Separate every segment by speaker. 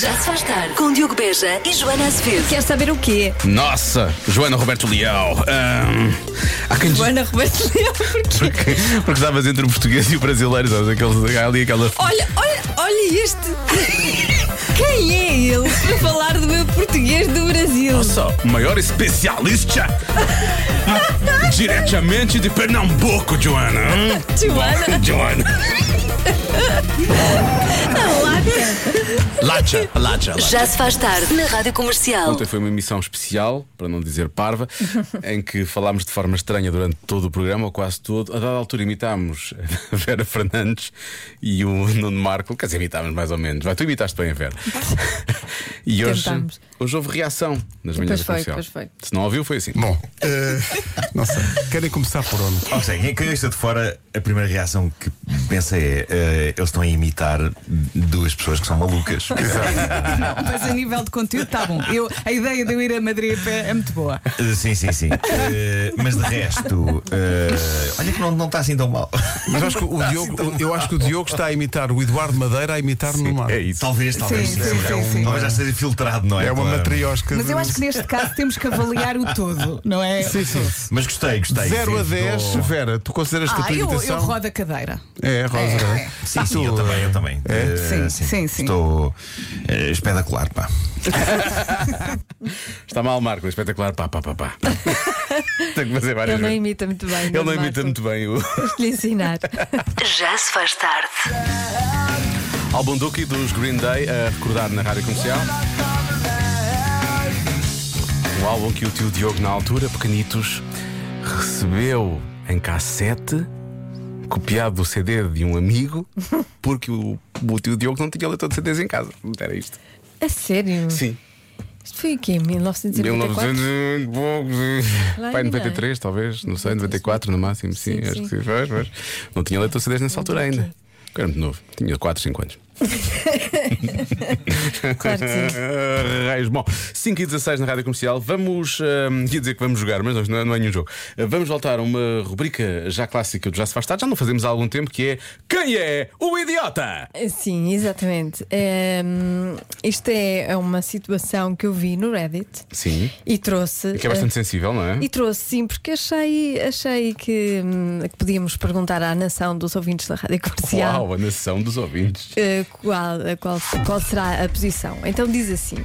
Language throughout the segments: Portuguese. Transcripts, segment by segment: Speaker 1: Já se faz tarde com Diogo Beja e Joana Azevedo.
Speaker 2: Queres saber o quê?
Speaker 3: Nossa, Joana Roberto Leal. Ahm, há quem diz
Speaker 2: Joana Roberto Leal, porquê?
Speaker 3: porque, porque estavas entre o português e o brasileiro, sabes? Aqueles, há ali aquela.
Speaker 2: Olha, olha, olha este. Quem é ele para falar do meu português do Brasil?
Speaker 3: Nossa, o maior especialista Ah, diretamente de Pernambuco, Joana. Hum,
Speaker 2: Joana.
Speaker 3: bom, Joana.
Speaker 2: A lata.
Speaker 3: Lacha, lacha, lacha.
Speaker 1: Já se faz tarde na Rádio Comercial.
Speaker 3: Ontem foi uma emissão especial, para não dizer parva, em que falámos de forma estranha durante todo o programa, ou quase todo. A dada altura imitámos a Vera Fernandes e o Nuno Marco, quer dizer, imitámos mais ou menos. Vai, tu imitaste bem a Vera. E hoje,
Speaker 2: Tentámos.
Speaker 3: hoje houve reação nas
Speaker 2: Pois
Speaker 3: manhãs da
Speaker 2: foi,
Speaker 3: comercial.
Speaker 2: pois foi.
Speaker 3: Se não ouviu, foi assim.
Speaker 4: Bom, eh, não sei. Querem começar por onde?
Speaker 5: Não sei, quem, quem está de fora, a primeira reação que pensa é: eh, eles estão a imitar duas pessoas que são malucas.
Speaker 6: Não, mas a nível de conteúdo está bom. Eu, a ideia de eu ir a Madrid a pé é muito boa.
Speaker 5: Eh, sim, sim, sim. Eh, mas de resto, eh, olha que não, não está assim tão mal.
Speaker 4: Mas acho que o Diogo, eu acho que o Diogo está a imitar o Eduardo Madeira a imitar no mar.
Speaker 3: É isso.
Speaker 5: Talvez, talvez.
Speaker 6: Sim,
Speaker 5: é
Speaker 6: sim,
Speaker 5: um- é um-
Speaker 6: sim, sim.
Speaker 5: Talvez já esteja filtrado, não é?
Speaker 4: É uma
Speaker 5: Pela-
Speaker 4: matriosca.
Speaker 6: Mas
Speaker 4: de-
Speaker 6: eu acho que neste caso temos que avaliar o todo, não é?
Speaker 4: Sim, sim.
Speaker 5: Mas gostei, gostei.
Speaker 4: 0 a
Speaker 5: Sim,
Speaker 4: 10,
Speaker 5: dou-
Speaker 4: Vera, tu consideras que a
Speaker 6: Ah,
Speaker 4: tua
Speaker 6: eu,
Speaker 4: imitação.
Speaker 6: eu rodo a cadeira.
Speaker 4: É, Rosa.
Speaker 6: É,
Speaker 4: é?
Speaker 5: Sim, sim, eu também, eu também. Eh,
Speaker 6: Sim, sim, sim.
Speaker 5: Estou eh, espetacular, pá.
Speaker 3: Está mal, Marco, é espetacular. Pá, pá, pá, pá. Tenho que fazer várias
Speaker 2: Ele não
Speaker 3: vezes.
Speaker 2: imita muito bem.
Speaker 3: Ele não imita muito bem o
Speaker 2: Vamos lhe ensinar.
Speaker 1: Já se faz tarde.
Speaker 3: Albunduki dos Green Day a recordar na rádio comercial. O Um álbum que o tio Diogo, na altura, pequenitos, recebeu em cassete, copiado do CD de um amigo, porque o, o tio Diogo não tinha leitor de CDs em casa. Era isto.
Speaker 2: A sério?
Speaker 3: Sim.
Speaker 2: Isto foi o quê? 1984?
Speaker 3: 1900 e poucos. Pai,
Speaker 2: Lá em
Speaker 3: 93, talvez, não sei, 94 no máximo, sim,
Speaker 2: Sim,
Speaker 3: acho
Speaker 2: sim.
Speaker 3: que sim. Pois, pois. Não tinha leitor CDs nessa altura ainda. Eu Era muito novo, tinha 4, 5 anos.
Speaker 2: Claro que sim.
Speaker 3: Raios. Bom, 5 e 16 na rádio comercial. Vamos. hum, ia dizer que vamos jogar, mas não, não é nenhum jogo. Uh, Vamos voltar a uma rubrica já clássica do Já Se Faz Tarde, já não fazemos há algum tempo, que é Quem é o Idiota?
Speaker 2: Sim, exatamente. Hum, isto é uma situação que eu vi no Reddit
Speaker 3: Sim.
Speaker 2: e trouxe.
Speaker 3: Que é bastante sensível, não é?
Speaker 2: Eh, E trouxe, sim, porque achei, achei que, hum, que podíamos perguntar à nação dos ouvintes da Rádio Comercial
Speaker 3: Uau, a nação dos ouvintes.
Speaker 2: eh, qual, eh, qual, qual será a posição. Então diz assim: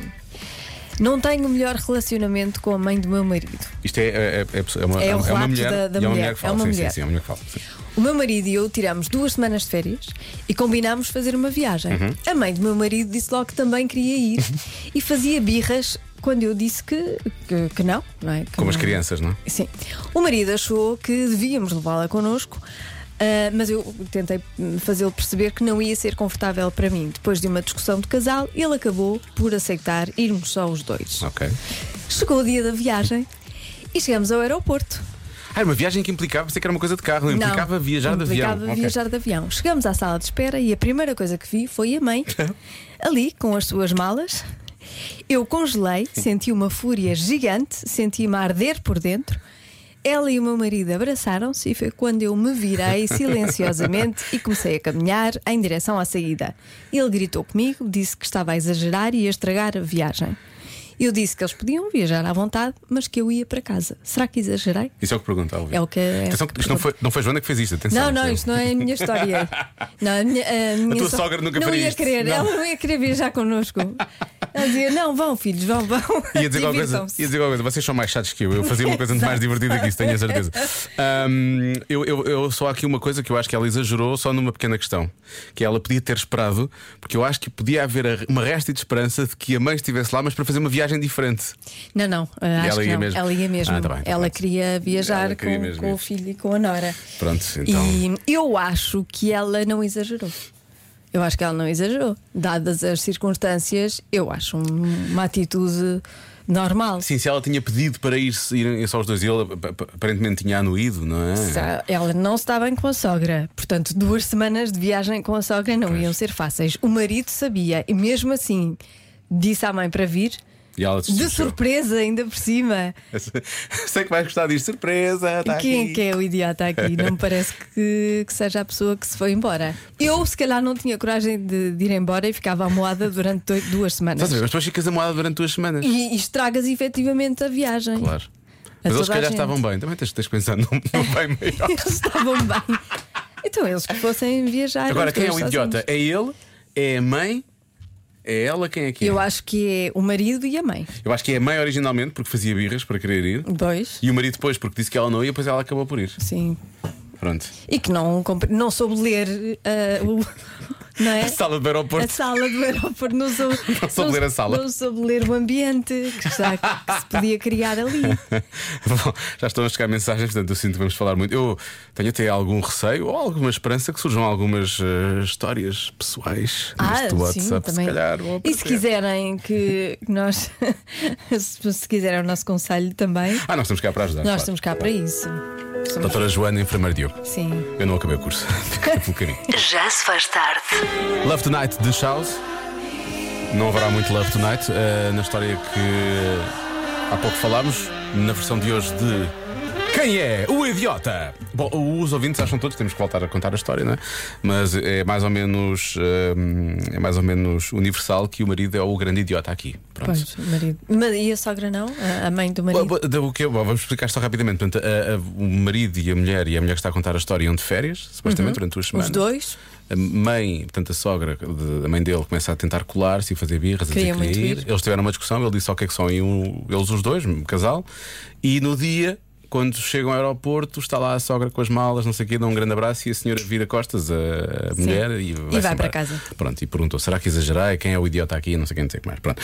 Speaker 2: Não tenho o melhor relacionamento com a mãe do meu marido.
Speaker 3: Isto é, é, é- é uma,
Speaker 2: É o
Speaker 3: é uma
Speaker 2: relato
Speaker 3: mulher.
Speaker 2: da- da
Speaker 3: e é uma
Speaker 2: mulher.
Speaker 3: mulher que fala.
Speaker 2: É uma
Speaker 3: sim,
Speaker 2: mulher.
Speaker 3: Sim, sim, é uma mulher que fala. sim.
Speaker 2: O meu marido e eu tirámos duas semanas de férias e combinámos fazer uma viagem.
Speaker 3: Uhum.
Speaker 2: A mãe do meu marido disse logo que também queria ir e fazia birras quando eu disse que, que, que não, não é? Que
Speaker 3: Como as
Speaker 2: não.
Speaker 3: crianças, não é?
Speaker 2: Sim. O marido achou que devíamos levá-la connosco. ah, mas eu tentei hum, fazê-lo perceber que não ia ser confortável para mim. Depois de uma discussão de casal, ele acabou por aceitar irmos só os dois.
Speaker 3: Ok. Ah,
Speaker 2: Chegou o dia da viagem e chegamos ao aeroporto.
Speaker 3: Ah, era uma viagem que implicava, pensei que era uma coisa de carro, não implicava viajar de avião.
Speaker 2: implicava
Speaker 3: Ok.
Speaker 2: viajar de avião. Chegamos à sala de espera e a primeira coisa que vi foi a mãe ali com as suas malas. Eu congelei, senti uma fúria gigante, senti-me a arder por dentro. Ela e o meu marido abraçaram-se e foi quando eu me virei silenciosamente e comecei a caminhar em direção à saída. Ele gritou comigo, disse que estava a exagerar e a estragar a viagem. Eu disse que eles podiam viajar à vontade, mas que eu ia para casa. Será que exagerei?
Speaker 3: Isso é o que pergunta, Alvin.
Speaker 2: É o que- é
Speaker 3: Atenção,
Speaker 2: o que
Speaker 3: isto não foi, não foi a Joana que fez isto, atenção.
Speaker 2: Não, não, isto não é a minha história. Não, a minha, a minha
Speaker 3: tua
Speaker 2: so-
Speaker 3: sogra nunca
Speaker 2: não
Speaker 3: faria
Speaker 2: ia
Speaker 3: isto.
Speaker 2: querer,
Speaker 3: Não.
Speaker 2: ela não ia querer viajar connosco. Ela dizia: não, vão, filhos, vão, vão.
Speaker 3: Ia dizer, qualquer coisa,
Speaker 2: Divirtam-se.
Speaker 3: ia dizer qualquer coisa, vocês são mais chatos que eu. Eu fazia uma coisa muito mais divertida que isso, tenho a certeza. Ahm, eu, eu, eu- só há aqui uma coisa que eu acho que ela exagerou, só numa pequena questão: que ela podia ter esperado, porque eu acho que podia haver a- uma resta de esperança de que a mãe estivesse lá, mas para fazer uma viagem diferente.
Speaker 2: Não, não, acho
Speaker 3: ela
Speaker 2: que
Speaker 3: ia
Speaker 2: não.
Speaker 3: mesmo?
Speaker 2: Ela ia mesmo.
Speaker 3: Ah, tá bem, tá
Speaker 2: ela
Speaker 3: bem.
Speaker 2: queria viajar
Speaker 3: Ela queria
Speaker 2: com,
Speaker 3: mesmo
Speaker 2: com
Speaker 3: ir.
Speaker 2: o filho e com a Nora.
Speaker 3: Pronto, então.
Speaker 2: E eu acho que ela não exagerou. Eu acho que ela não exagerou. Dadas as circunstâncias, eu acho um- uma atitude normal.
Speaker 3: Sim, se ela tinha pedido para ir, irem só os dois e ele ap- ap- aparentemente tinha anuído, não é?
Speaker 2: Se a- Ela não está bem com a sogra, portanto, duas semanas de viagem com a sogra não iam ser fáceis. O marido sabia e, mesmo assim, disse à mãe para vir,
Speaker 3: E ela
Speaker 2: De
Speaker 3: desistiu.
Speaker 2: surpresa, ainda por cima.
Speaker 3: Sei que vais gostar disto. Surpresa! Tá
Speaker 2: Quem
Speaker 3: aqui.
Speaker 2: é que é o idiota aqui? Não me parece que, que seja a pessoa que se foi embora. Eu, se calhar, não tinha coragem de, de ir embora e ficava à moada durante doi- duas semanas.
Speaker 3: Estás a ver? Mas depois ficas a moada durante duas semanas.
Speaker 2: E, e estragas efetivamente a viagem.
Speaker 3: Claro.
Speaker 2: A
Speaker 3: Mas
Speaker 2: toda
Speaker 3: eles, se
Speaker 2: a
Speaker 3: calhar,
Speaker 2: gente.
Speaker 3: estavam bem. Também tens, tens que pensar num, num bem maior.
Speaker 2: Eles estavam bem. Então, eles que fossem viajar.
Speaker 3: Agora, quem é o
Speaker 2: todos
Speaker 3: idiota?
Speaker 2: sozinhos.
Speaker 3: É ele? É a mãe? É ela? Quem é que é?
Speaker 2: Eu acho que é o marido e a mãe.
Speaker 3: Eu acho que é a mãe originalmente, porque fazia birras para querer ir.
Speaker 2: Dois.
Speaker 3: E o marido depois, porque disse que ela não ia, depois ela acabou por ir.
Speaker 2: Sim.
Speaker 3: Pronto.
Speaker 2: E que não, compre- não soube ler ah, o. Não é?
Speaker 3: A sala do aeroporto.
Speaker 2: A sala do aeroporto não soube,
Speaker 3: Não soube ler a sala.
Speaker 2: Não soube ler o ambiente que, está, que se podia criar ali.
Speaker 3: Bom, já estão a chegar mensagens, portanto eu sinto que vamos falar muito. Eu tenho até algum receio ou alguma esperança que surjam algumas eh, histórias pessoais neste WhatsApp, se calhar. vão
Speaker 2: Ah, e se
Speaker 3: aparecer.
Speaker 2: quiserem que nós, se se quiserem o nosso conselho também,
Speaker 3: Ah, nós estamos cá para ajudar.
Speaker 2: nós
Speaker 3: claro.
Speaker 2: estamos cá para isso. Somos-
Speaker 3: Doutora Joana, enfermeira Diogo.
Speaker 2: Sim.
Speaker 3: Eu não acabei o curso. um bocadinho.
Speaker 1: Já se faz tarde.
Speaker 3: Love Tonight de Shout. Não haverá muito Love Tonight eh, na história que há pouco falámos, na versão de hoje de Quem é o Idiota? Bom, os ouvintes acham todos que temos que voltar a contar a história, não é? Mas é mais ou menos, eh, é mais ou menos universal que o marido é o grande idiota aqui. Pronto.
Speaker 2: Pois, o marido. Mas, e a sogra não? A- A mãe do
Speaker 3: Bom,
Speaker 2: marido?
Speaker 3: bom, da- o que é- bom, vamos explicar só rapidamente. Portanto, a- a- o marido e a mulher, e a mulher que está a contar a história, iam de férias, supostamente, durante duas semanas.
Speaker 2: Uhum. Os dois?
Speaker 3: A mãe, portanto, a sogra, de- a mãe dele, começa a tentar colar-se e fazer birras, a dizer
Speaker 2: Queria
Speaker 3: que queria
Speaker 2: muito
Speaker 3: ir.
Speaker 2: ir.
Speaker 3: Eles tiveram uma discussão, ele disse ao que é que são iam eles os dois, um casal, e no dia. Quando chegam ao aeroporto, está lá a sogra com as malas, não sei o quê, dá um grande abraço e a senhora vira costas, a a
Speaker 2: Sim.
Speaker 3: mulher, e vai,
Speaker 2: vai para casa.
Speaker 3: Pronto, e perguntou: será que exagerei? Quem é o idiota aqui? Não sei quem, não sei o que mais. Pronto.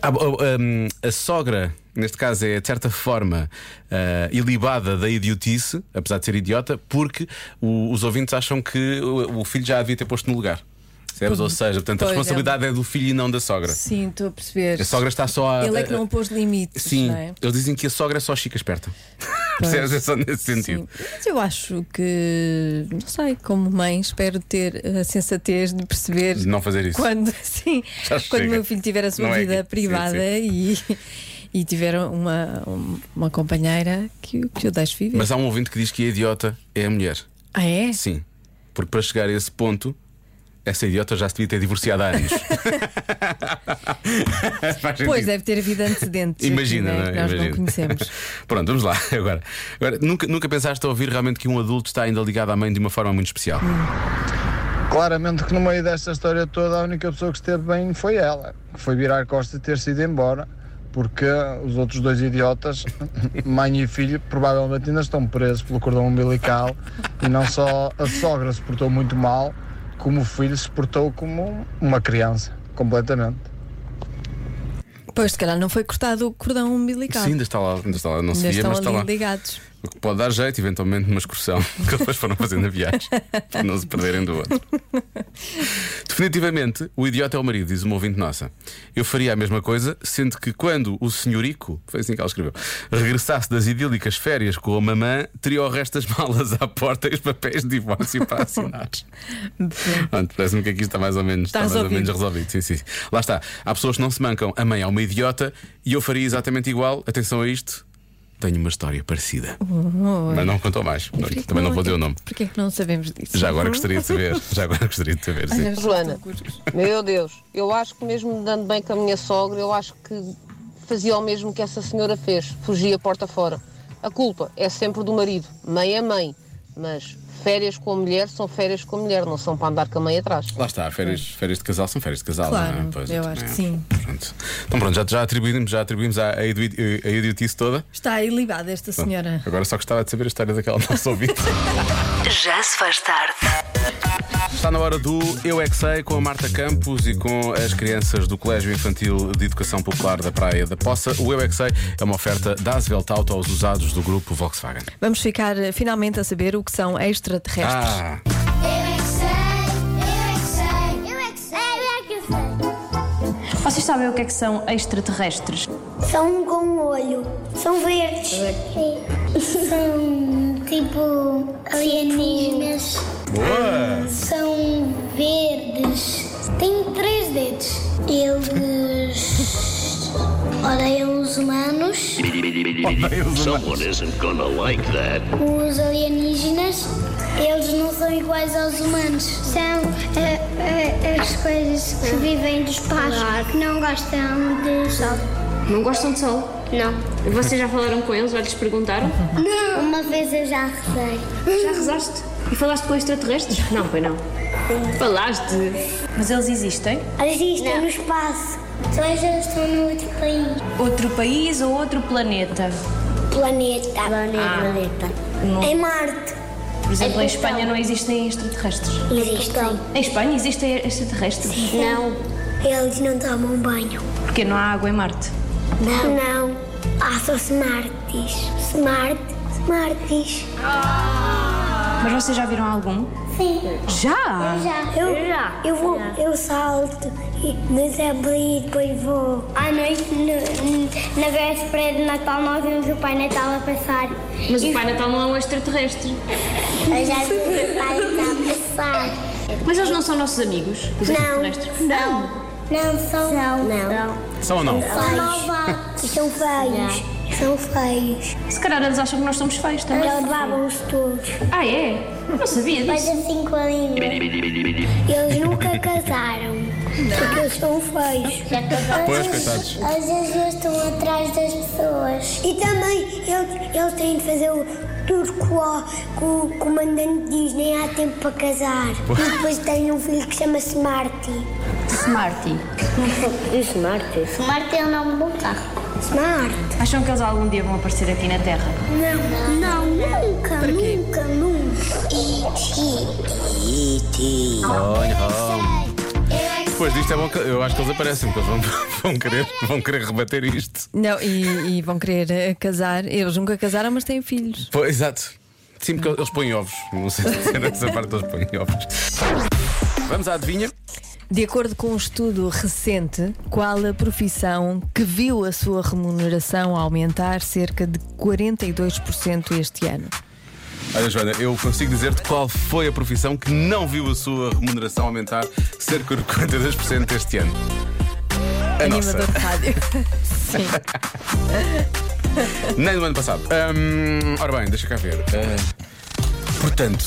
Speaker 3: A, hum, a- a- a sogra, neste caso, é de certa forma ah, ilibada da idiotice, apesar de ser idiota, porque o- os ouvintes acham que o, o filho já a devia ter posto no lugar. Percebes? Ou seja, portanto, a
Speaker 2: Pois,
Speaker 3: responsabilidade é do filho e não da sogra.
Speaker 2: Sim, estou a perceber.
Speaker 3: A sogra está só a.
Speaker 2: Ele é que não pôs limites.
Speaker 3: Ah, Sim,
Speaker 2: não é?
Speaker 3: eles dizem que a sogra é só chica esperta. Percebes? É só nesse sentido.
Speaker 2: Sim. Mas eu acho que, não sei, como mãe, espero ter a sensatez de perceber
Speaker 3: De não fazer isso.
Speaker 2: quando, sim,
Speaker 3: Já
Speaker 2: quando
Speaker 3: chega.
Speaker 2: meu filho tiver a sua
Speaker 3: Não é
Speaker 2: vida
Speaker 3: aqui. Sim,
Speaker 2: privada e. E tiver uma, um- uma companheira que, que eu deixo viver.
Speaker 3: Mas há um ouvinte que diz que a idiota é a mulher.
Speaker 2: ah, é?
Speaker 3: Sim, porque para chegar a esse ponto, essa idiota já se devia ter divorciado há anos. Faz
Speaker 2: Pois, é,
Speaker 3: sentido.
Speaker 2: deve ter havido antecedentes. aqui,
Speaker 3: Imagina,
Speaker 2: né,
Speaker 3: não é?
Speaker 2: que nós
Speaker 3: Imagina.
Speaker 2: não conhecemos.
Speaker 3: Pronto, vamos lá agora. agora nunca, nunca pensaste a ouvir realmente que um adulto está ainda ligado à mãe de uma forma muito especial.
Speaker 7: Claramente que no meio desta história toda a única pessoa que esteve bem foi ela, que foi virar costa e ter sido embora, porque os outros dois idiotas, mãe e filho, provavelmente ainda estão presos pelo cordão umbilical e não só a sogra se portou muito mal, como o filho se portou como uma criança, completamente.
Speaker 2: Pois, se calhar não foi cortado o cordão umbilical.
Speaker 3: Sim, ainda está lá, ainda está lá, não se
Speaker 2: Ainda
Speaker 3: via,
Speaker 2: estão
Speaker 3: mas está
Speaker 2: ali
Speaker 3: lá.
Speaker 2: ligados.
Speaker 3: O que pode dar jeito, eventualmente, numa excursão que eles depois foram fazendo a viagem, para não se perderem do outro. Definitivamente, o idiota é o marido, diz uma ouvinte nossa. Eu faria a mesma coisa, sendo que quando o senhorico, foi assim que ela escreveu, regressasse das idílicas férias com a mamã, teria o resto das malas à porta e os papéis de divórcio para assinar. Pronto, parece-me que aqui está mais ou menos,
Speaker 2: Está
Speaker 3: mais ou
Speaker 2: resolvido.
Speaker 3: menos resolvido. Sim, sim. Lá está. Há pessoas que não se mancam. A mãe é uma idiota e eu faria exatamente igual. Atenção a isto. Tenho uma história parecida. Mas não contou mais.
Speaker 2: E porquê que
Speaker 3: Também não vou dizer o nome.
Speaker 2: Porquê que não sabemos disso?
Speaker 3: Já agora gostaria de saber. Já agora gostaria de saber. Sim.
Speaker 2: Olha,
Speaker 8: Joana, meu Deus, eu acho que mesmo dando bem com a minha sogra, eu acho que fazia o mesmo que essa senhora fez, fugia porta fora. A culpa é sempre do marido, mãe é mãe, mas férias com a mulher são férias com a mulher, não são para andar com a mãe atrás.
Speaker 3: Lá está, férias, férias de casal são férias de casal,
Speaker 2: Claro,
Speaker 3: não é? Pois,
Speaker 2: eu acho
Speaker 3: também
Speaker 2: que
Speaker 3: é.
Speaker 2: sim.
Speaker 3: Pronto. Então pronto, já, já atribuímos, já atribuímos a, a, idi- a eh, idiotice toda.
Speaker 2: Está ilibada esta senhora.
Speaker 3: Agora só gostava de saber a história daquela nossa ouvinte.
Speaker 1: Já se faz tarde.
Speaker 3: Está na hora do Eu é que Sei, com a Marta Campos e com as crianças do Colégio Infantil de Educação Popular da Praia da Poça. O Eu é que Sei é uma oferta da Asvelt Auto aos usados do grupo Volkswagen.
Speaker 2: Vamos ficar eh, finalmente a saber o que são extraterrestres.
Speaker 3: Ah,
Speaker 9: Eu é que sei, eu é que sei, eu é que sei, eu é que sei.
Speaker 10: Vocês sabem o que é que são extraterrestres?
Speaker 9: São com um olho, são verdes. São tipo alienígenas.
Speaker 3: boa!
Speaker 9: São verdes. Têm três dedos. Eles Odeia os humanos,
Speaker 11: Someone isn't gonna like that.
Speaker 9: os alienígenas. Eles não são iguais aos humanos. São eh, eh, as coisas que vivem do espaço, que não gostam de sol.
Speaker 12: Não gostam de sol?
Speaker 9: Não.
Speaker 12: Vocês já falaram com eles? Já lhes perguntaram?
Speaker 9: Não. Uma vez eu já rezei.
Speaker 12: Já rezaste? E falaste com extraterrestres? Não, foi não. Falaste? Mas eles existem?
Speaker 9: Existem no espaço. Só eles estão no outro país.
Speaker 10: Outro país ou outro planeta?
Speaker 9: Planeta.
Speaker 10: Ah. Não.
Speaker 9: Em Marte.
Speaker 10: Por exemplo, em Espanha não existem extraterrestres.
Speaker 9: Existem.
Speaker 10: Em Espanha existem extraterrestres?
Speaker 9: Eles não tomam banho.
Speaker 10: Porque não há água em Marte.
Speaker 9: Não. Não. Há só smarties. Smart. Smarties.
Speaker 10: Mas vocês já viram algum?
Speaker 9: Sim.
Speaker 10: Já?
Speaker 9: Eu já. Eu, eu vou, eu salto e desabro e depois vou. À noite, no, na véspera de Natal, nós vemos o Pai Natal a passar.
Speaker 12: Mas o Pai Natal não é um extraterrestre.
Speaker 9: Eu já vi o Pai Natal a passar.
Speaker 12: Mas eles não são nossos amigos? Os
Speaker 9: Não.
Speaker 12: extraterrestres? Não.
Speaker 9: Não são. Não.
Speaker 3: São ou não?
Speaker 2: É.
Speaker 9: São malvados. São feios. São feios.
Speaker 10: Se calhar eles acham que nós somos feios também.
Speaker 9: Eles levavam-os todos.
Speaker 10: Ah, é? Não sabia disso.
Speaker 9: Mas assim com a língua. Eles nunca casaram. Porque eles são feios.
Speaker 3: Pois,
Speaker 9: Às vezes-
Speaker 3: coitados.
Speaker 9: Às vezes eles estão atrás das pessoas. E também eles, eles têm de fazer o, tudo que o, que o comandante diz. Nem há tempo para casar. E depois têm um filho que chama-se Marty.
Speaker 10: Smarty.
Speaker 9: Smarty? Smarty é o nome do carro. Smart.
Speaker 10: Acham que eles algum dia vão aparecer aqui na Terra?
Speaker 9: Não, não, nunca, nunca, nunca.
Speaker 3: Olha, oh. Depois disto é bom que eu acho que eles aparecem, porque eles vão, vão querer, vão querer rebater isto.
Speaker 2: Não, e, e vão querer eh, casar. Eles nunca casaram, mas têm filhos.
Speaker 3: Pois, exato. Sim, porque eles põem ovos. Não sei se é nessa parte eles põem ovos. Vamos à adivinha.
Speaker 2: De acordo com um estudo recente, qual a profissão que viu a sua remuneração aumentar cerca de 42% este ano?
Speaker 3: Olha, Joana, eu consigo dizer-te qual foi a profissão que não viu a sua remuneração aumentar cerca de 42% este ano. A
Speaker 2: Animador
Speaker 3: nossa.
Speaker 2: de rádio. Sim.
Speaker 3: Nem no ano passado. Hum, ora bem, deixa cá ver. Uh, portanto,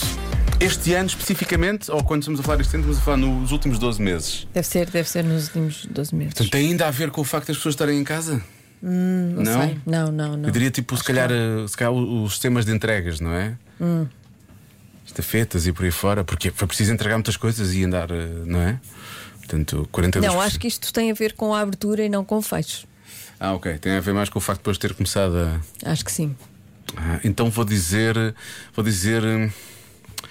Speaker 3: este ano especificamente, ou quando estamos a falar deste ano, estamos a falar nos últimos 12 meses.
Speaker 2: Deve ser, deve ser nos últimos 12 meses.
Speaker 3: Portanto, tem ainda a ver com o facto das pessoas estarem em casa?
Speaker 2: Hum, não,
Speaker 3: Não?
Speaker 2: sei. Não, não, não.
Speaker 3: um? Eu diria, tipo, se calhar, eh, se calhar os sistemas de entregas, não é?
Speaker 2: Hum.
Speaker 3: Estafetas e por aí fora, porque foi preciso entregar muitas coisas e andar, eh, não é? Portanto, 42%.
Speaker 2: Não, acho que isto tem a ver com a abertura e não com fechos.
Speaker 3: Ah, ok. Tem a ver mais com o facto de depois ter começado a.
Speaker 2: Acho que sim.
Speaker 3: Ah, então vou dizer. Vou dizer. hum,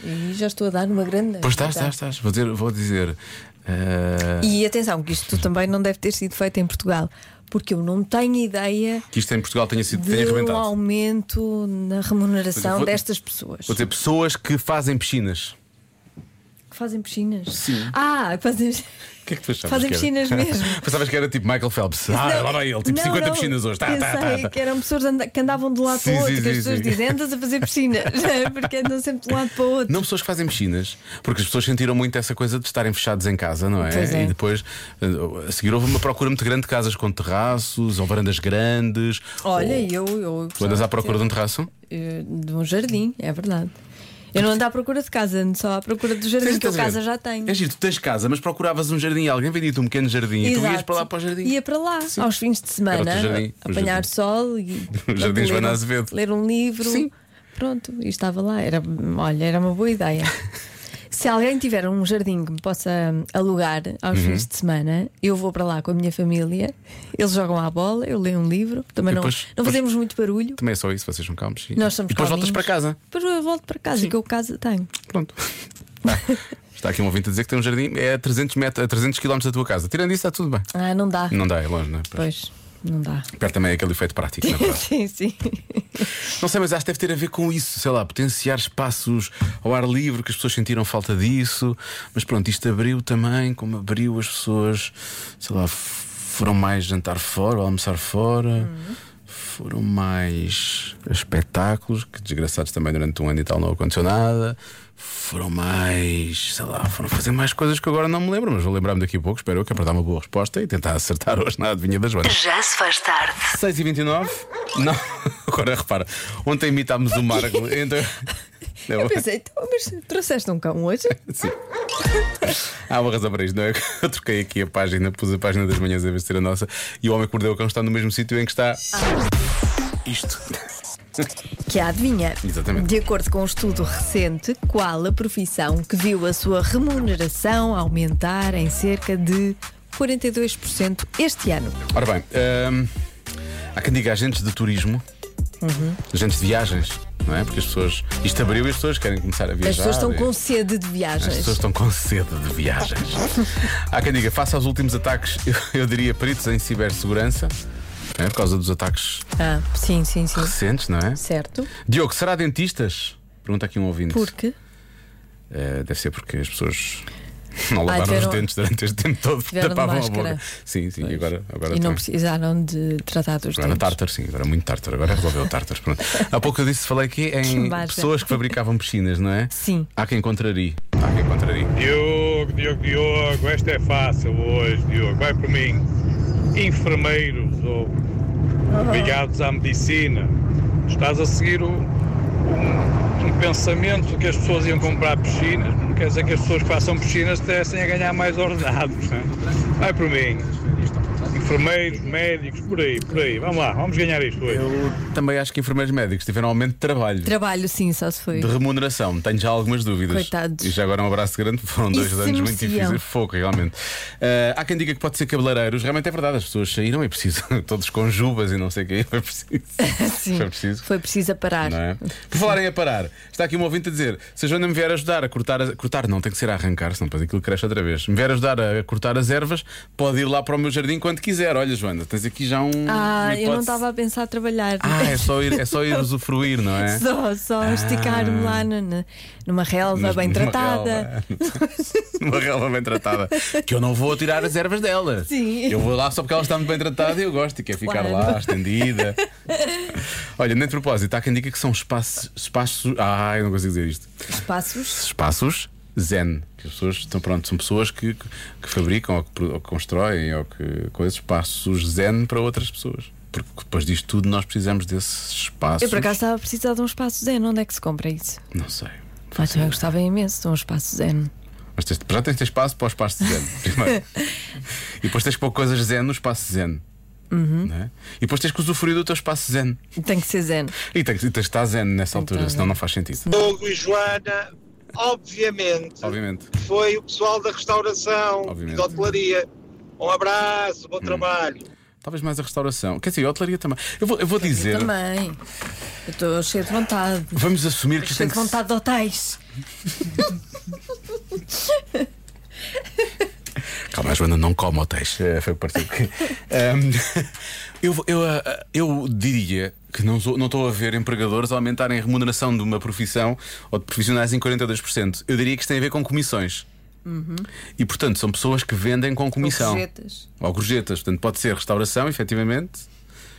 Speaker 2: E já estou a dar uma grande.
Speaker 3: Pois estás, estás, estás. Vou dizer. Vou dizer eh,
Speaker 2: E atenção, que isto também não deve ter sido feito em Portugal, porque eu não tenho ideia
Speaker 3: Que isto em Portugal tenha sido. Tenha
Speaker 2: de um
Speaker 3: arrebentado.
Speaker 2: aumento na
Speaker 3: Ou seja,
Speaker 2: remuneração
Speaker 3: vou-
Speaker 2: destas pessoas
Speaker 3: Vou dizer pessoas que fazem piscinas.
Speaker 2: que fazem piscinas.
Speaker 3: Sim.
Speaker 2: Ah, que fazem.
Speaker 3: O que é que tu achavas?
Speaker 2: Fazem
Speaker 3: que era?
Speaker 2: piscinas mesmo.
Speaker 3: Pensavas que era tipo Michael Phelps. Ah, lá vai ele, tipo
Speaker 2: Não,
Speaker 3: 50
Speaker 2: não,
Speaker 3: piscinas hoje. Tá, tá,
Speaker 2: Pensei
Speaker 3: tá, tá.
Speaker 2: que eram pessoas anda- que andavam de um lado
Speaker 3: Sim,
Speaker 2: para o outro,
Speaker 3: sim,
Speaker 2: que as
Speaker 3: sim,
Speaker 2: pessoas
Speaker 3: sim.
Speaker 2: dizem andas a fazer piscinas, porque andam sempre de um lado para o outro.
Speaker 3: Não pessoas que fazem piscinas, porque as pessoas sentiram muito essa coisa de estarem fechados em casa, não é?
Speaker 2: Pois é.
Speaker 3: E depois eh, a seguir houve uma procura muito grande de casas com terraços ou varandas grandes. ou...
Speaker 2: Olha, eu. eu
Speaker 3: Oh. Tu andas à procura de um terraço?
Speaker 2: Eh, De um jardim, é verdade. Eu não ando à procura de casa, ando só à procura do jardim, que eu casa já tenho.
Speaker 3: É giro, tu tens casa, mas procuravas um jardim, alguém vendia-te um pequeno jardim e tu ias
Speaker 2: Exato.
Speaker 3: para lá para o jardim.
Speaker 2: Ia para lá, aos fins de
Speaker 3: Era
Speaker 2: semana,
Speaker 3: o teu jardim, o
Speaker 2: apanhar
Speaker 3: jardim.
Speaker 2: sol e
Speaker 3: O jardim
Speaker 2: ler
Speaker 3: Joana
Speaker 2: um-
Speaker 3: Azevedo.
Speaker 2: Ler um livro. Pronto, e estava lá. Era, olha, era uma boa ideia. Se alguém tiver um jardim que me possa hum, alugar aos
Speaker 3: Uhum.
Speaker 2: fins de semana, eu vou para lá com a minha família. Eles jogam à bola, eu leio um livro. Também
Speaker 3: E
Speaker 2: não,
Speaker 3: depois-
Speaker 2: não fazemos muito barulho.
Speaker 3: Também é só isso, vocês são calmos. E-
Speaker 2: Nós somos
Speaker 3: e depois voltas
Speaker 2: calminhos.
Speaker 3: para casa.
Speaker 2: Depois eu volto para casa, que eu casa tenho.
Speaker 3: Pronto. Está aqui um ouvinte a dizer que tem um jardim, é a 300 metros, a 300 km da tua casa. Tirando isso, está tudo bem.
Speaker 2: Ah, não dá.
Speaker 3: Não dá, é longe, não é?
Speaker 2: Pois, não dá.
Speaker 3: Perto também é aquele efeito prático, não é?
Speaker 2: sim, sim.
Speaker 3: Não sei, mas acho que deve ter a ver com isso, sei lá, potenciar espaços ao ar livre, que as pessoas sentiram falta disso. Mas pronto, isto abriu também, como abriu as pessoas, sei lá, f- foram mais jantar fora, ou almoçar fora, foram mais a espetáculos, que desgraçados também durante um ano e tal não aconteceu nada. Foram mais, sei lá, foram fazer mais coisas que agora não me lembro, mas vou lembrar-me daqui a pouco. Espero eu que é para dar uma boa resposta e tentar acertar hoje na adivinha das bandas.
Speaker 1: Já se faz tarde.
Speaker 3: 6h29? Não, agora repara. Ontem imitámos o Marco. Então...
Speaker 2: Eu pensei, então, mas trouxeste um cão hoje?
Speaker 3: Sim. Há uma razão para isto, não é? Eu troquei aqui a página, pus a página das manhãs a vez de ser a nossa e o homem que mordeu o cão está no mesmo sítio em que está. Isto.
Speaker 2: Que a adivinha.
Speaker 3: Exatamente.
Speaker 2: De acordo com um estudo recente, qual a profissão que viu a sua remuneração aumentar em cerca de 42% este ano?
Speaker 3: Ora bem, hum, há quem diga agentes de turismo,
Speaker 2: Uhum.
Speaker 3: agentes de viagens, não é? Porque as pessoas. Isto abriu e as pessoas querem começar a viajar.
Speaker 2: As pessoas estão
Speaker 3: e-
Speaker 2: com sede de viagens.
Speaker 3: As pessoas estão com sede de viagens. Há quem diga, face aos últimos ataques, eu, eu diria peritos em cibersegurança, não é? por causa dos ataques
Speaker 2: Ah, sim, sim, sim.
Speaker 3: recentes, não é?
Speaker 2: Certo.
Speaker 3: Diogo, será dentistas? Pergunta aqui um ouvinte.
Speaker 2: Porque
Speaker 3: Eh, deve ser porque as pessoas não lavaram os
Speaker 2: tiveram-
Speaker 3: dentes durante este tempo todo,
Speaker 2: tiveram de
Speaker 3: tapavam a
Speaker 2: máscara.
Speaker 3: boca. Sim, sim, e agora, agora
Speaker 2: e não
Speaker 3: estão-
Speaker 2: precisaram de tratar dos
Speaker 3: Agora
Speaker 2: dentes.
Speaker 3: tártar, sim, agora muito tártar. Agora resolveu tártar. Pronto. Há pouco eu disse, falei aqui em
Speaker 2: Chumbarja.
Speaker 3: pessoas que fabricavam piscinas, não é?
Speaker 2: Sim.
Speaker 3: Há quem contraria. Há quem contraria.
Speaker 13: Diogo, Diogo, Diogo, esta é fácil hoje, Diogo. Vai por mim. Enfermeiros ou ligados à medicina. Estás a seguir o- um, um pensamento de que as pessoas iam comprar piscinas. Não quer dizer que as pessoas que façam piscinas estivessem a ganhar mais ordenados. né? Vai por mim. Enfermeiros, médicos, por aí, por aí. Vamos lá, vamos ganhar isto hoje.
Speaker 3: Também acho que enfermeiros médicos tiveram aumento de trabalho.
Speaker 2: Trabalho, sim, só se foi.
Speaker 3: De remuneração, tenho já algumas dúvidas.
Speaker 2: Coitados.
Speaker 3: E já agora um abraço grande, foram dois
Speaker 2: Isso
Speaker 3: anos muito
Speaker 2: mereciam.
Speaker 3: difíceis. Foco, realmente. Ah, há quem diga que pode ser cabeleireiros, realmente é verdade, as pessoas saíram e precisam, todos com jubas e não sei o que, foi preciso.
Speaker 2: Sim.
Speaker 3: Foi preciso.
Speaker 2: Foi preciso a parar.
Speaker 3: Não é? Por falarem a parar, está aqui um ouvinte a dizer: se a Joana me vier ajudar a cortar, a- cortar não, tem que ser a arrancar, senão depois aquilo cresce outra vez. Me vier ajudar a cortar as ervas, pode ir lá para o meu jardim quando quiser. Olha, Joana, tens aqui já um.
Speaker 2: Ah,
Speaker 3: uma
Speaker 2: eu não
Speaker 3: hipótese.
Speaker 2: estava a pensar a trabalhar.
Speaker 3: Ah, é só ir, é só ir usufruir, não é?
Speaker 2: Só, só esticar-me lá na- na- numa relva
Speaker 3: Mas
Speaker 2: bem
Speaker 3: Ah. numa
Speaker 2: tratada.
Speaker 3: Uma relva bem tratada. Que eu não vou tirar as ervas dela.
Speaker 2: Sim.
Speaker 3: Eu vou lá só porque ela está muito bem tratada e eu gosto e quer ficar
Speaker 2: Claro.
Speaker 3: lá, estendida. Olha, nem de propósito, há quem diga que são espaços. espaços ah, eu não consigo dizer isto.
Speaker 2: Espaços.
Speaker 3: Espaços zen. Que as pessoas estão, pronto, são pessoas que, que- que fabricam ou que, pro- ou que constroem ou que coisas, espaços zen para outras pessoas. Porque depois disto tudo nós precisamos desses espaços.
Speaker 2: Eu por acaso estava a precisar de um espaço zen. Onde é que se compra isso?
Speaker 3: Não sei.
Speaker 2: Ah,
Speaker 3: é.
Speaker 2: também gostava imenso de um espaço zen.
Speaker 3: Mas tens- já tens de ter espaço para o espaço zen, primeiro. e depois tens que pôr coisas zen no espaço zen.
Speaker 2: Uhum.
Speaker 3: não é? E depois tens que usufruir do teu espaço zen.
Speaker 2: Tem que ser zen.
Speaker 3: E tens, e tens que estar zen nessa altura,
Speaker 2: Então, né?
Speaker 3: senão não faz sentido.
Speaker 14: Diogo e Joana, obviamente,
Speaker 3: Obviamente.
Speaker 14: foi o pessoal da restauração e da hotelaria. Um abraço, bom trabalho.
Speaker 3: Talvez mais a restauração. Quer dizer, a hotelaria também. Eu vou, eu vou dizer.
Speaker 2: Também. Eu estou cheia de vontade.
Speaker 3: Vamos assumir que
Speaker 2: Cheia
Speaker 3: tem
Speaker 2: de
Speaker 3: que. se-
Speaker 2: vontade de hotéis.
Speaker 3: Calma, a Joana não come hotéis. Eh, Foi partido. eu, vou- eu, ah, eu diria que não sou- não estou a ver empregadores aumentarem a remuneração de uma profissão ou de profissionais em 42%. Eu diria que isto tem a ver com comissões.
Speaker 2: Uhum.
Speaker 3: E portanto, são pessoas que vendem com comissão.
Speaker 2: gorjetas.
Speaker 3: Ou gorjetas. Portanto, pode ser restauração, efetivamente.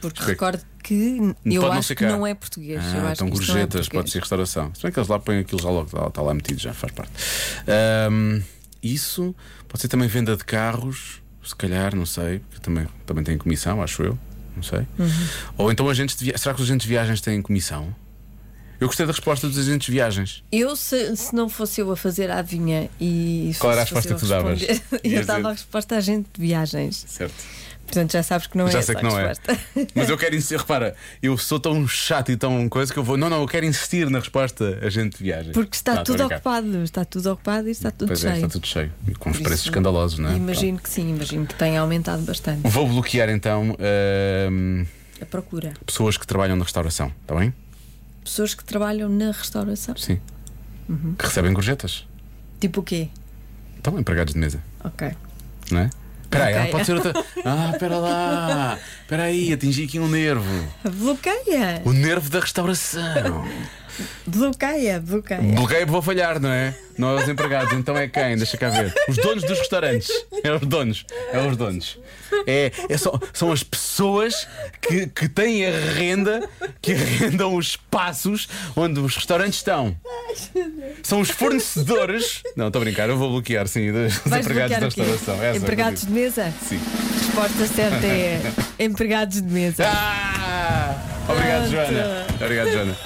Speaker 2: Porque
Speaker 3: Espero-
Speaker 2: recordo que eu
Speaker 3: Pode
Speaker 2: acho
Speaker 3: ser
Speaker 2: que
Speaker 3: cá.
Speaker 2: não é português.
Speaker 3: Ah,
Speaker 2: eu acho
Speaker 3: então
Speaker 2: que isto não é
Speaker 3: gorjetas,
Speaker 2: português.
Speaker 3: pode ser restauração. Se bem que eles lá põem aquilo já logo, está, está lá metido, já faz parte. Ahm, isso pode ser também venda de carros, se calhar, não sei, porque também, também tem comissão, acho eu, não sei.
Speaker 2: Uhum.
Speaker 3: Ou então agentes de via- Será que os agentes de viagens têm comissão? Eu gostei da resposta dos agentes de viagens.
Speaker 2: Eu, se, se não fosse eu a fazer a adivinha e.
Speaker 3: Qual era a
Speaker 2: se fosse
Speaker 3: resposta
Speaker 2: eu
Speaker 3: que tu davas?
Speaker 2: responder,
Speaker 3: Ias
Speaker 2: Eu dava a
Speaker 3: dizer-
Speaker 2: resposta a gente de viagens.
Speaker 3: Certo.
Speaker 2: Portanto, já sabes que não é
Speaker 3: Já
Speaker 2: essa
Speaker 3: sei que
Speaker 2: a
Speaker 3: não é.
Speaker 2: resposta.
Speaker 3: Mas eu quero insistir, repara, eu sou tão chato e tão coisa que eu vou. Não, não, eu quero insistir na resposta agente de viagens.
Speaker 2: Porque está
Speaker 3: Não, estou a
Speaker 2: tudo
Speaker 3: brincar.
Speaker 2: ocupado, está tudo ocupado e está tudo
Speaker 3: Tá, Pois
Speaker 2: cheio.
Speaker 3: é, está tudo cheio. E Com os
Speaker 2: Por
Speaker 3: preços
Speaker 2: isso,
Speaker 3: escandalosos, não é?
Speaker 2: Imagino que sim, imagino que tenha aumentado bastante
Speaker 3: Vou bloquear então ahm,
Speaker 2: a procura.
Speaker 3: pessoas que trabalham na restauração, está bem?
Speaker 2: Pessoas que trabalham na restauração.
Speaker 3: Sim.
Speaker 2: Uhum.
Speaker 3: Que recebem gorjetas.
Speaker 2: Tipo o quê?
Speaker 3: Estão empregados de mesa,
Speaker 2: Ok.
Speaker 3: não é? Espera aí,
Speaker 2: Ok.
Speaker 3: ela pode ser outra. Ah, espera lá. Espera aí, atingi aqui um nervo.
Speaker 2: Bloqueia!
Speaker 3: O nervo da restauração.
Speaker 2: Bloqueia, bloqueia.
Speaker 3: Bloqueio vou falhar, não é? Não é os empregados, então é quem? Deixa cá ver. Os donos dos restaurantes. É os donos. É os donos. É, é só- são as pessoas que, que têm a renda, que arrendam os espaços onde os restaurantes estão. São os fornecedores. Não, estou a brincar, eu vou bloquear, sim, dos dos
Speaker 2: Vais
Speaker 3: empregados da
Speaker 2: bloquear o quê?
Speaker 3: restauração. Essa é a
Speaker 2: empregados de mesa?
Speaker 3: Sim.
Speaker 2: Resposta certa é empregados de mesa.
Speaker 3: Ah, Tá! Obrigado,
Speaker 2: Pronto.
Speaker 3: Joana. Obrigado, Joana.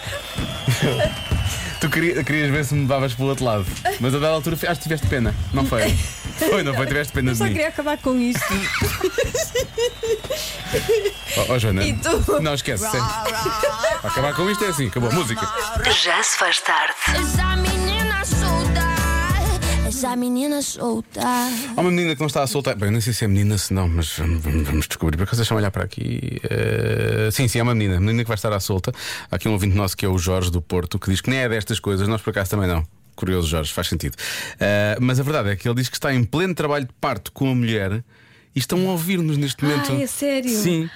Speaker 3: tu queria- querias ver se me davas pelo outro lado, mas a dada altura acho que tiveste pena. Não foi? Foi, não foi? Tiveste pena
Speaker 2: Eu
Speaker 3: de
Speaker 2: só
Speaker 3: mim.
Speaker 2: queria acabar com isto.
Speaker 3: Ó, ó, Oh, Joana.
Speaker 1: E tu?
Speaker 3: Não esquece. sempre. Para acabar com isto é assim, acabou. Música.
Speaker 1: Já se faz tarde.
Speaker 15: Essa menina solta, essa menina solta.
Speaker 3: Há uma menina que não está a soltar. Bem, não sei se é menina, se não, mas vamos, vamos- vamos descobrir. Por acaso deixa-me olhar para aqui. Eh, sim, sim, é uma menina. Menina que vai estar à solta. Há aqui um ouvinte nosso que é o Jorge do Porto, que diz que nem é destas coisas, nós por acaso também não. Curioso, Jorge, faz sentido. Eh, mas a verdade é que ele diz que está em pleno trabalho de parto com a mulher e estão a ouvir-nos neste momento.
Speaker 2: é sério?
Speaker 3: Sim.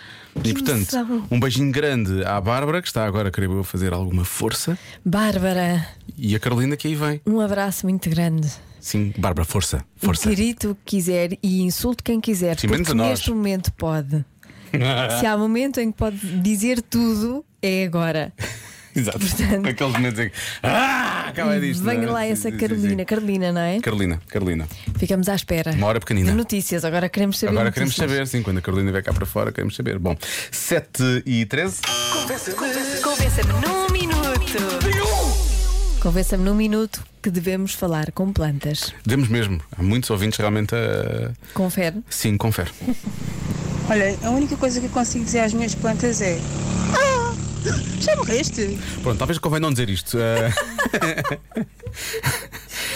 Speaker 2: Que
Speaker 3: E portanto,
Speaker 2: emoção.
Speaker 3: um beijinho grande à Bárbara, que está agora, creio eu, a fazer alguma força,
Speaker 2: Bárbara,
Speaker 3: e a Carolina, que aí vem.
Speaker 2: um abraço muito grande.
Speaker 3: Sim, Bárbara, força, força.
Speaker 2: E grito o que quiser e insulte quem quiser.
Speaker 3: Sim, menos
Speaker 2: porque
Speaker 3: a nós.
Speaker 2: neste momento pode. Se há momento em que pode dizer tudo, é agora.
Speaker 3: Exato.
Speaker 2: Portanto-
Speaker 3: Aqueles momentos em que. Ah, acaba disto.
Speaker 2: Venha
Speaker 3: não é?
Speaker 2: lá
Speaker 3: Sim,
Speaker 2: essa
Speaker 3: sim,
Speaker 2: Carolina,
Speaker 3: sim.
Speaker 2: Carolina, não é?
Speaker 3: Carolina, Carolina.
Speaker 2: Ficamos à espera.
Speaker 3: Uma hora pequenina.
Speaker 2: De notícias, agora queremos saber. um
Speaker 3: Agora queremos
Speaker 2: notícias.
Speaker 3: saber, sim, quando a Carolina vier cá para fora, queremos saber. Bom, 7 e 13.
Speaker 2: Convença-me num minuto. Convença-me num minuto que devemos falar com plantas.
Speaker 3: Demos mesmo. Há muitos ouvintes realmente a.
Speaker 2: Confere.
Speaker 3: Sim, confere.
Speaker 16: Olha, a única coisa que eu consigo dizer às minhas plantas é. Ah! Já morreste?
Speaker 3: Pronto, talvez convém não dizer isto. Eh,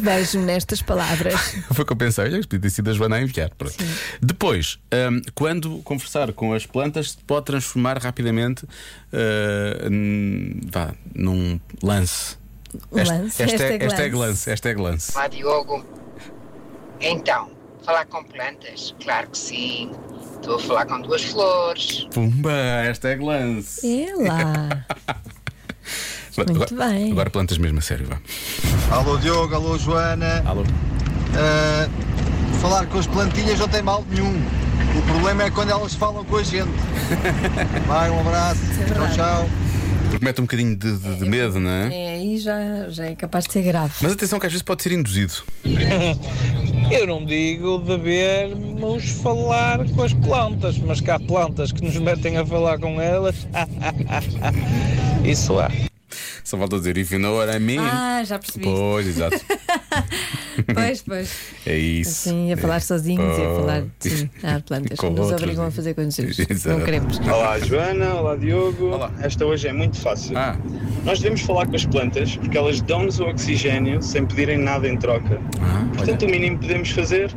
Speaker 2: Beijo-me nestas palavras.
Speaker 3: foi o que eu pensei. Olha, isto podia ter sido a Joana a enviar. Pronto. Depois, ahm, quando conversar com as plantas, se pode transformar rapidamente ah, n- vá, num lance.
Speaker 17: Lance? Hashtag
Speaker 3: Hashtag,
Speaker 2: é
Speaker 3: hashtag
Speaker 17: lance.
Speaker 3: lance. Hashtag lance.
Speaker 17: Olá, Diogo. Então, falar com plantas? Claro que sim. Estou a falar com duas flores.
Speaker 3: Pumba, hashtag lance.
Speaker 2: É lá. Muito
Speaker 3: agora,
Speaker 2: bem.
Speaker 3: Agora plantas mesmo a sério, vá.
Speaker 18: Alô Diogo, alô Joana.
Speaker 3: Alô.
Speaker 18: Ah, falar com as plantinhas não tem mal nenhum. O problema é quando elas falam com a gente. Vai, um abraço. Tchau, tchau.
Speaker 3: Porque mete um bocadinho de, de- de medo, não é?
Speaker 2: É, aí já, já é capaz de ser grave.
Speaker 3: Mas atenção que às vezes pode ser induzido.
Speaker 19: Eu não digo devermos falar com as plantas, mas que há plantas que nos metem a falar com elas. Isso há.
Speaker 3: Só falta dizer, if you know what I mean.
Speaker 2: Ah, já percebi.
Speaker 3: Pois, exato.
Speaker 2: Pois, pois.
Speaker 3: É isso.
Speaker 2: Sim, a falar sozinhos e a falar sim, há plantas que
Speaker 3: Com
Speaker 2: nos
Speaker 3: outros,
Speaker 2: obrigam a fazer coisas.
Speaker 3: Exato. Tá.
Speaker 2: Não queremos.
Speaker 20: Olá Joana, olá Diogo. Esta hoje é muito fácil.
Speaker 3: Ah,
Speaker 20: Nós devemos falar com as plantas porque elas dão-nos o oxigênio sem pedirem nada em troca. Portanto, o mínimo que podemos fazer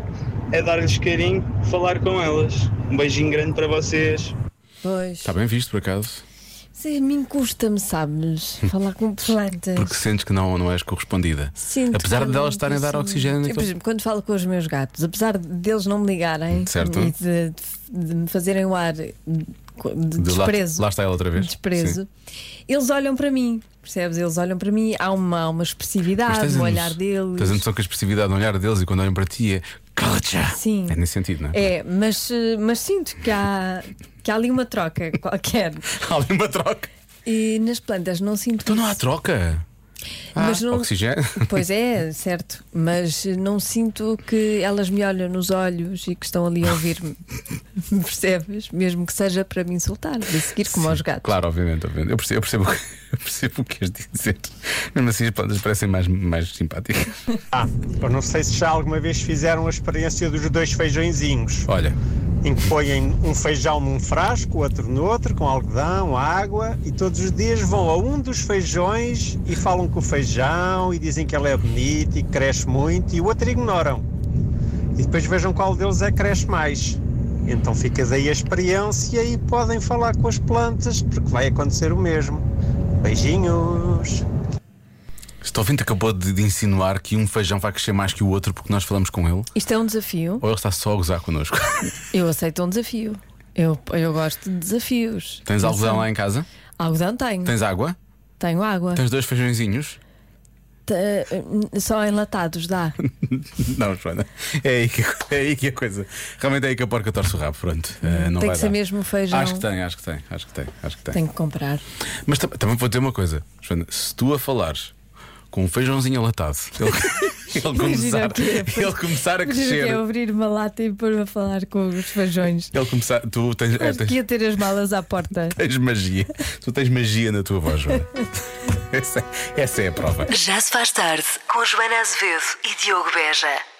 Speaker 20: é dar-lhes carinho, falar com elas. Um beijinho grande para vocês.
Speaker 2: Pois.
Speaker 3: Está bem visto, por acaso.
Speaker 2: Sim, me custa-me, sabes? Falar com
Speaker 3: Tá.
Speaker 2: plantas.
Speaker 3: Porque sentes que não, não és correspondida.
Speaker 2: Sinto
Speaker 3: Apesar
Speaker 2: que
Speaker 3: de elas estarem a dar
Speaker 2: sim.
Speaker 3: oxigênio
Speaker 2: Eu, por
Speaker 3: naquele.
Speaker 2: exemplo, quando falo com os meus gatos, apesar deles não me ligarem
Speaker 3: Certo.
Speaker 2: e de, de me fazerem o ar de, de
Speaker 3: De lá-
Speaker 2: desprezo,
Speaker 3: Lá, está ela outra vez.
Speaker 2: desprezo, eles olham para mim, percebes? Eles olham para mim, há uma, há uma
Speaker 3: Mas
Speaker 2: expressividade
Speaker 3: tens a
Speaker 2: Ah, no
Speaker 3: noção-
Speaker 2: olhar deles.
Speaker 3: Tens um a noção que a expressividade no olhar deles e quando olham para ti é. Cala-te já!
Speaker 2: Sim.
Speaker 3: É nesse sentido, não é?
Speaker 2: É, mas, eh, mas sinto que há, que há ali uma troca qualquer.
Speaker 3: Há ali uma troca.
Speaker 2: E nas plantas não sinto.
Speaker 3: Então não há
Speaker 2: isso.
Speaker 3: troca.
Speaker 2: Mas não-
Speaker 3: Oxigênio.
Speaker 2: Pois é, certo. Mas não sinto que elas me olham nos olhos e que estão ali a ouvir-me. Percebes? Mesmo que seja para me insultar, de seguir como aos gatos.
Speaker 3: Claro, obviamente, obviamente. Eu percebo, eu percebo, o que- eu percebo o que queres dizer. Mesmo assim, as plantas parecem mais, mais simpáticas.
Speaker 21: Ah, eu não sei se já alguma vez fizeram a experiência dos dois feijõezinhos.
Speaker 3: Olha.
Speaker 21: Em que põem um feijão num frasco, outro noutro, com algodão, água, e todos os dias vão a um dos feijões e falam com o feijão e dizem que ele é bonito e que cresce muito, e o outro ignoram. E depois vejam qual deles é que cresce mais. Então fica daí a experiência e podem falar com as plantas, porque vai acontecer o mesmo. Beijinhos!
Speaker 3: Estou ouvindo acabou de, de insinuar que um feijão vai crescer mais que o outro porque nós falamos com ele?
Speaker 2: Isto é um desafio.
Speaker 3: Ou ele está só a gozar connosco?
Speaker 2: Eu aceito um desafio. Eu, eu gosto de desafios.
Speaker 3: Tens
Speaker 2: Atenção.
Speaker 3: algodão lá em casa?
Speaker 2: Algodão tenho.
Speaker 3: Tens água?
Speaker 2: Tenho água.
Speaker 3: Tens dois feijõezinhos?
Speaker 2: Te- eh, Só enlatados dá.
Speaker 3: não, Joana. É aí, que, é aí que a coisa. Realmente é aí que a porca torce o rabo. Pronto. Eh, não
Speaker 2: Tem
Speaker 3: vai
Speaker 2: que ser
Speaker 3: dar.
Speaker 2: mesmo feijão.
Speaker 3: Acho que tem, acho que tem, acho que tem, acho que tem.
Speaker 2: Tenho que comprar.
Speaker 3: Mas tam- também vou dizer uma coisa, Joana, se tu a falares com um feijãozinho alatado, ele, ele
Speaker 2: Imagina
Speaker 3: começar,
Speaker 2: o que é, pois.
Speaker 3: ele começar a
Speaker 2: Imagina que é
Speaker 3: crescer.
Speaker 2: abrir uma lata e pôr-me a falar com os feijões.
Speaker 3: Ele começar, tu tens, é,
Speaker 2: Acho
Speaker 3: tens,
Speaker 2: que ia ter as malas à porta.
Speaker 3: tens magia. Tu tens magia na tua voz, Joana. Essa, essa é a prova.
Speaker 1: Já se faz tarde com Joana Azevedo e Diogo Beja.